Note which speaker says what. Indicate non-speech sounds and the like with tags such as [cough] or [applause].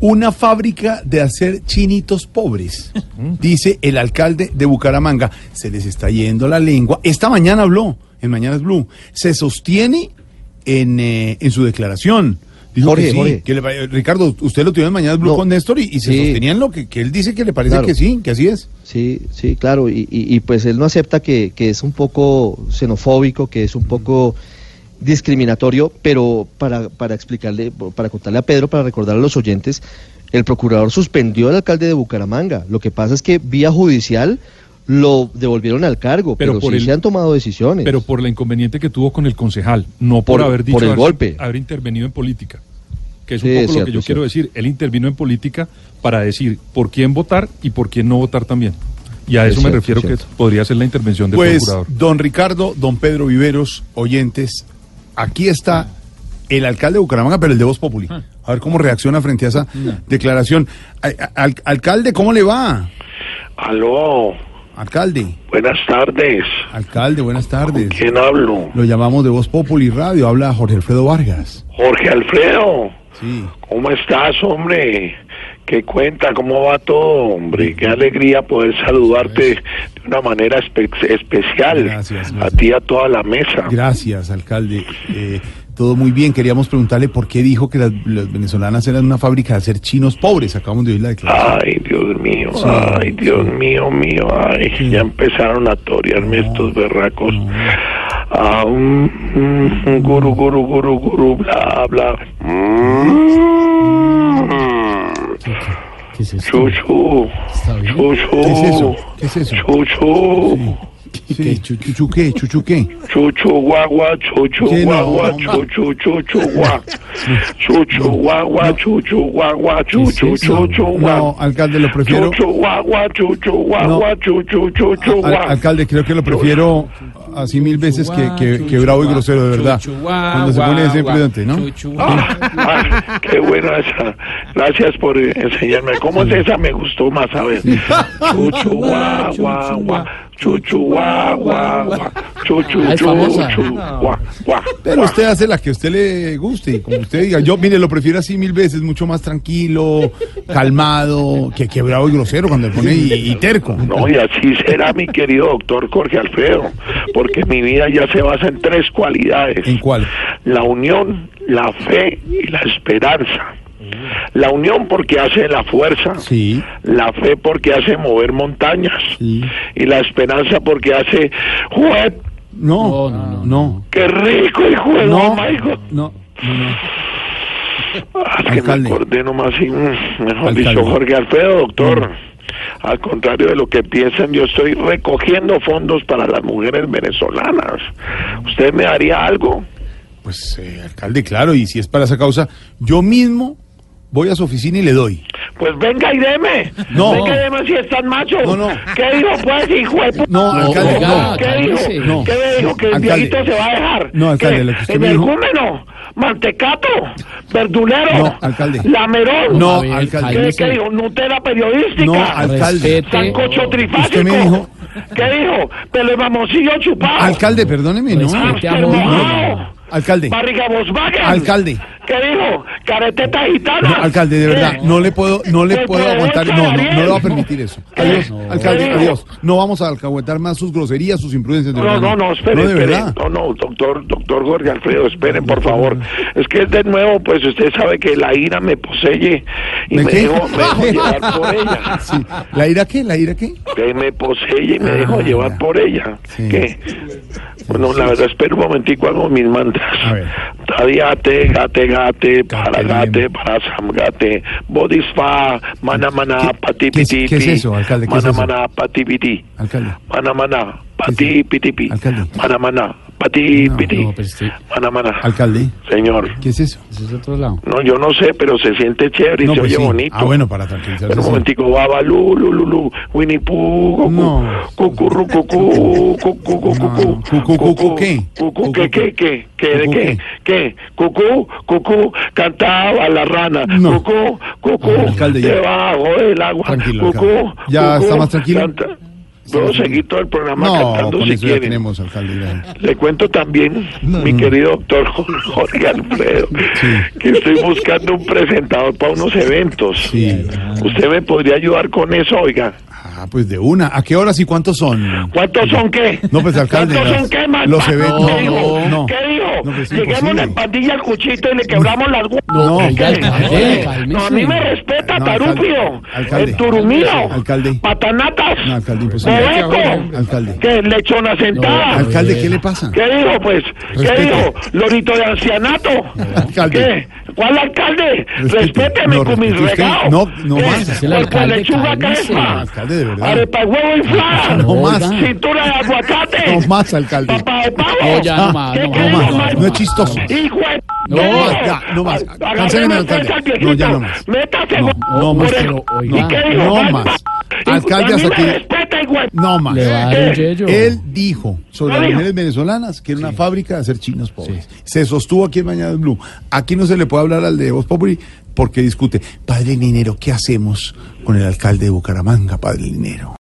Speaker 1: Una fábrica de hacer chinitos pobres,
Speaker 2: Mm.
Speaker 1: dice el alcalde de Bucaramanga. Se les está yendo la lengua. Esta mañana habló en Mañanas Blue. Se sostiene en, eh, en su declaración. Dijo
Speaker 2: Jorge,
Speaker 1: que sí,
Speaker 2: Jorge.
Speaker 1: que le pare- Ricardo, usted lo tiene en Mañanas Blue
Speaker 2: No.
Speaker 1: con Néstor y, y se
Speaker 2: Sí.
Speaker 1: sostenía en lo que, que él dice que le parece
Speaker 2: Claro.
Speaker 1: que sí, que así es.
Speaker 2: Sí, sí, claro, y, y- y, pues él no acepta que, que es un poco xenofóbico, que es un poco discriminatorio, pero para, para explicarle, para contarle a Pedro, para recordar a los oyentes, el procurador suspendió al alcalde de Bucaramanga. Lo que pasa es que vía judicial lo devolvieron al cargo,
Speaker 3: Pero
Speaker 2: pero,
Speaker 3: por
Speaker 2: sí
Speaker 3: el-
Speaker 2: se han tomado decisiones.
Speaker 3: Pero por la inconveniente que tuvo con el concejal, no por,
Speaker 2: Por-
Speaker 3: haber dicho
Speaker 2: por el
Speaker 3: haber,
Speaker 2: golpe.
Speaker 3: haber intervenido en política. Que es un
Speaker 2: Sí,
Speaker 3: poco
Speaker 2: es
Speaker 3: lo
Speaker 2: cierto,
Speaker 3: que yo
Speaker 2: es
Speaker 3: quiero
Speaker 2: cierto.
Speaker 3: decir. Él intervino en política para decir por quién votar y por quién no votar también. Y a
Speaker 2: Es
Speaker 3: eso me
Speaker 2: cierto,
Speaker 3: refiero
Speaker 2: es
Speaker 3: que
Speaker 2: cierto.
Speaker 3: podría ser la intervención del
Speaker 1: Pues,
Speaker 3: procurador.
Speaker 1: don Ricardo, don Pedro Viveros, oyentes, aquí está el alcalde de Bucaramanga, pero el de Voz Populi. A ver cómo reacciona frente a esa declaración. Al- al- alcalde, ¿cómo le va?
Speaker 4: Aló,
Speaker 1: Alcalde,
Speaker 4: buenas tardes.
Speaker 1: alcalde, buenas
Speaker 4: ¿Con
Speaker 1: tardes.
Speaker 4: quién hablo?
Speaker 1: Lo llamamos de Voz Populi Radio, habla Jorge Alfredo Vargas.
Speaker 4: Jorge Alfredo.
Speaker 1: Sí.
Speaker 4: ¿Cómo estás, hombre? ¿Qué cuenta? ¿Cómo va todo, hombre? Qué alegría poder saludarte de una manera espe- especial
Speaker 1: Gracias,
Speaker 4: a
Speaker 1: gracias.
Speaker 4: ti y a toda la mesa.
Speaker 1: Gracias, alcalde. Eh, todo muy bien. Queríamos preguntarle por qué dijo que las, las venezolanas eran una fábrica de hacer chinos pobres. Acabamos de oír la declaración.
Speaker 4: Ay, Dios mío, ay, Dios mío, mío, ay, ya empezaron a torearme estos berracos.
Speaker 1: Mm.
Speaker 4: Ah, mm, mm, mm, guru, guru, guru, guru, bla, bla. Mm.
Speaker 1: ¿Qué es eso?
Speaker 4: Chuchu.
Speaker 1: bien?
Speaker 4: Chuchu.
Speaker 1: ¿Qué es eso? ¿Qué es eso?
Speaker 4: Chuchu.
Speaker 1: Sí, chu- chuchu, ¿qué? ¿Chuchu qué?
Speaker 4: Chuchu guagua, chuchu
Speaker 1: Sí, no,
Speaker 4: guagua,
Speaker 1: no, no.
Speaker 4: chuchu chuchu guagua. Chuchu guagua, chuchu guagua, chuchu chuchu
Speaker 1: No,
Speaker 4: guagua.
Speaker 1: alcalde, lo prefiero.
Speaker 4: Chuchu guagua, chuchu guagua, chuchu chuchu
Speaker 1: Al-
Speaker 4: guagua.
Speaker 1: alcalde, creo que lo prefiero así mil veces que, que, que bravo y grosero, de verdad. Cuando se pone ese imprudente, ¿no?
Speaker 4: Ah, qué buena esa. Gracias por eh, enseñarme. ¿Cómo es esa? Me gustó más, a ver. Chuchu guagua, gua, chuchu guagua, gua, chuchu chuchu gua, gua.
Speaker 1: Pero usted hace la que a usted le guste, como usted diga. Yo, mire, lo prefiero así mil veces, mucho más tranquilo, calmado, que, que bravo y grosero cuando le pone y, y terco.
Speaker 4: No, y así será mi querido doctor Jorge Alfredo, porque mi vida ya se basa en tres cualidades.
Speaker 1: ¿En cuál?
Speaker 4: La unión, la fe y la esperanza. La unión porque hace la fuerza.
Speaker 1: Sí.
Speaker 4: La fe porque hace mover montañas.
Speaker 1: Sí.
Speaker 4: Y la esperanza porque hace... ¡Jue!
Speaker 1: No, no, no.
Speaker 4: ¡Qué rico, hijo de
Speaker 1: No,
Speaker 4: oh my God!
Speaker 1: no, no, no.
Speaker 4: Ah, es que me
Speaker 1: Alcalde.
Speaker 4: acordé nomás y, mm, mejor
Speaker 1: Alcalde. Mm.
Speaker 4: dicho, Jorge Alfredo, doctor. Al contrario de lo que piensan, yo estoy recogiendo fondos para las mujeres venezolanas. ¿Usted me daría algo?
Speaker 1: Pues, eh, alcalde, claro, y si es para esa causa, yo mismo voy a su oficina y le doy.
Speaker 4: Pues venga y deme.
Speaker 1: No.
Speaker 4: Venga y deme si están macho.
Speaker 1: No, no.
Speaker 4: ¿Qué dijo pues, hijo de pu-
Speaker 1: No, alcalde, no.
Speaker 4: ¿Qué dijo?
Speaker 1: No.
Speaker 4: ¿Qué me dijo? ¿Que el
Speaker 1: Alcalde.
Speaker 4: viejito se va a dejar?
Speaker 1: No, alcalde,
Speaker 4: ¿Que
Speaker 1: lo que usted me dijo-
Speaker 4: energúmeno, mantecato, verdulero,
Speaker 1: No, alcalde.
Speaker 4: lamerón.
Speaker 1: No,
Speaker 5: ver,
Speaker 1: alcalde.
Speaker 4: ¿Qué, qué dijo? Nutella periodística.
Speaker 1: No, alcalde.
Speaker 5: Respete.
Speaker 4: Sancocho trifásico.
Speaker 1: Usted me dijo-
Speaker 4: ¿Qué dijo? Pele mamoncillo chupado.
Speaker 1: Alcalde, perdóneme, no.
Speaker 5: Respete a
Speaker 4: Hamster
Speaker 5: Mon-
Speaker 4: mojado.
Speaker 1: no. Alcalde.
Speaker 4: Barriga Volkswagen.
Speaker 1: Alcalde.
Speaker 4: ¿Qué dijo? Careteta gitana.
Speaker 1: No, alcalde, de verdad,
Speaker 4: ¿Qué?
Speaker 1: no le puedo, no le
Speaker 4: Pues,
Speaker 1: puedo
Speaker 4: pues,
Speaker 1: aguantar, no, no,
Speaker 4: Ariel.
Speaker 1: no le voy a permitir eso. Adiós, alcalde,
Speaker 4: No.
Speaker 1: adiós. No vamos a alcahuetar más sus groserías, sus imprudencias. De
Speaker 4: No,
Speaker 1: verdad,
Speaker 4: no, no, espere,
Speaker 1: No, de
Speaker 4: espere.
Speaker 1: verdad.
Speaker 4: No, no, doctor, doctor Jorge Alfredo, esperen, por favor. Es que de nuevo, pues usted sabe que la ira me posee y
Speaker 1: ¿De
Speaker 4: me
Speaker 1: qué?
Speaker 4: dejo,
Speaker 1: [laughs]
Speaker 4: me dejo llevar por ella.
Speaker 1: Sí. ¿La ira qué? ¿La ira qué?
Speaker 4: Que me posee y me dejo
Speaker 1: Ah,
Speaker 4: llevar
Speaker 1: ya.
Speaker 4: por ella.
Speaker 1: Sí.
Speaker 4: Que, bueno, la verdad, espera un momentico, hago mis mantras.
Speaker 1: A ver.
Speaker 4: Tadiate, gate, gate, para
Speaker 1: bien.
Speaker 4: gate, para samgate, bodhispa, mana, mana,
Speaker 1: ¿Qué-
Speaker 4: pati,
Speaker 1: qué es-
Speaker 4: piti,
Speaker 1: qué es
Speaker 4: pi,
Speaker 1: eso, alcalde? ¿Qué es
Speaker 4: Mana,
Speaker 1: eso?
Speaker 4: mana, pati, piti.
Speaker 1: Alcalde.
Speaker 4: Mana, mana,
Speaker 1: Sí, sí.
Speaker 4: pati, piti, pi.
Speaker 1: Alcalde.
Speaker 4: Mana, mana, Pati,
Speaker 1: No,
Speaker 4: piti,
Speaker 5: no, pero este-
Speaker 4: mana, mana.
Speaker 1: Alcalde,
Speaker 4: Señor,
Speaker 1: ¿qué es eso?
Speaker 5: Ese es otro lado.
Speaker 4: no, yo no sé, pero se siente chévere y se
Speaker 1: pues
Speaker 4: oye
Speaker 1: sí.
Speaker 4: bonito.
Speaker 1: Ah, bueno, para tranquilizarse.
Speaker 4: Pero un
Speaker 1: sí.
Speaker 4: momentico, Babalú, Lululu, Winnie Pooh, Goku,
Speaker 1: No. [laughs]
Speaker 4: Cucurru, Cucú, Cucú, Cucú,
Speaker 1: No. Cucú, cucú, ¿qué?
Speaker 4: Cucú, ¿qué, qué, qué, qué, de
Speaker 1: Cucú,
Speaker 4: qué,
Speaker 1: ¿qué?
Speaker 4: qué? Cucú, Cucú, cantaba la rana,
Speaker 1: No.
Speaker 4: Cucú, Cucú,
Speaker 1: No, alcalde, ya.
Speaker 4: debajo del agua,
Speaker 1: Tranquilo,
Speaker 4: Cucú,
Speaker 1: alcalde. ¿Ya
Speaker 4: cucú,
Speaker 1: está más tranquilo?
Speaker 4: canta.
Speaker 1: ¿Está
Speaker 4: Puedo
Speaker 1: más tranquilo?
Speaker 4: seguir todo el programa
Speaker 1: No,
Speaker 4: cantando
Speaker 1: con
Speaker 4: si
Speaker 1: eso ya
Speaker 4: quieren.
Speaker 1: tenemos, alcalde. ya.
Speaker 4: Le cuento también, mi querido doctor Jorge Alfredo,
Speaker 1: Sí.
Speaker 4: que estoy buscando un presentador para unos eventos.
Speaker 1: Sí.
Speaker 4: ¿Usted me podría ayudar con eso, oiga?
Speaker 1: Ah, pues de una. ¿A qué horas y cuántos son?
Speaker 4: ¿Cuántos son qué?
Speaker 1: No, pues, alcalde,
Speaker 4: ¿Cuántos son
Speaker 1: las-
Speaker 4: qué, man?
Speaker 1: los eventos-
Speaker 4: ¿Qué dijo?
Speaker 1: no, no.
Speaker 4: ¿Qué dijo?
Speaker 1: No, pues,
Speaker 4: Lleguemos
Speaker 1: imposible.
Speaker 4: en pandilla al cuchito y le quebramos las hue-
Speaker 1: No, pues,
Speaker 4: ¿Qué?
Speaker 5: oiga, alcalde, cálmese.
Speaker 4: No, a mí me respeta,
Speaker 1: No, alcalde,
Speaker 4: tarúpido,
Speaker 1: alcalde.
Speaker 4: el turumino,
Speaker 1: Alcalde.
Speaker 4: patanatas,
Speaker 1: No, alcalde, imposible.
Speaker 4: bobeco,
Speaker 1: Alcalde.
Speaker 4: que lechona sentada.
Speaker 1: Alcalde, ¿qué le pasa?
Speaker 4: Ah, ¿Qué dijo, pues? ¿Qué
Speaker 1: Respete.
Speaker 4: dijo? ¿Lorito de ancianato?
Speaker 1: Alcalde.
Speaker 4: ¿Qué? ¿Cuál alcalde?
Speaker 1: Respete.
Speaker 4: Respéteme
Speaker 1: No,
Speaker 4: con mis
Speaker 1: respete usted.
Speaker 4: regalos.
Speaker 1: No, no
Speaker 4: ¿Qué?
Speaker 1: más. Es
Speaker 5: el
Speaker 4: Cuerpo de
Speaker 5: alcalde,
Speaker 4: lechuga
Speaker 5: cálmese.
Speaker 4: crespa.
Speaker 1: Alcalde, de verdad.
Speaker 4: Arepa de huevo inflada.
Speaker 1: [laughs] No más.
Speaker 4: Cintura de aguacate.
Speaker 1: No más, alcalde. Ah,
Speaker 4: Papá de pavo.
Speaker 5: No, ya, no más,
Speaker 4: ¿Qué
Speaker 5: no
Speaker 4: qué
Speaker 5: más,
Speaker 1: No
Speaker 4: dijo,
Speaker 5: no
Speaker 1: más,
Speaker 5: más,
Speaker 4: man?
Speaker 1: no es chistoso.
Speaker 4: Hijo de...
Speaker 5: No,
Speaker 4: ¿Qué
Speaker 5: más,
Speaker 4: dijo?
Speaker 1: ya, no más.
Speaker 4: Agárreme
Speaker 1: Cancelen al
Speaker 4: fuerza
Speaker 1: alcalde.
Speaker 4: al
Speaker 1: No,
Speaker 4: viejito.
Speaker 1: ya no más.
Speaker 4: Métase,
Speaker 1: No, no más,
Speaker 4: por el-
Speaker 5: pero,
Speaker 4: ¿Y
Speaker 5: oiga,
Speaker 4: qué dijo,
Speaker 1: no
Speaker 4: man?
Speaker 1: más.
Speaker 4: Y-
Speaker 1: Alcalde,
Speaker 4: a mí
Speaker 1: hasta
Speaker 4: me
Speaker 1: aquí.
Speaker 4: respeta, hijo de-
Speaker 1: No más.
Speaker 5: Le va a dar un yello.
Speaker 1: Él dijo sobre
Speaker 4: Lo
Speaker 1: las
Speaker 4: dijo.
Speaker 1: mujeres venezolanas que era una fábrica de hacer chinos pobres. Se sostuvo aquí en Mañana Blue. Aquí no se le puede hablar al de Voz Populi porque discute. Padre Linero, ¿qué hacemos con el alcalde de Bucaramanga, padre Linero?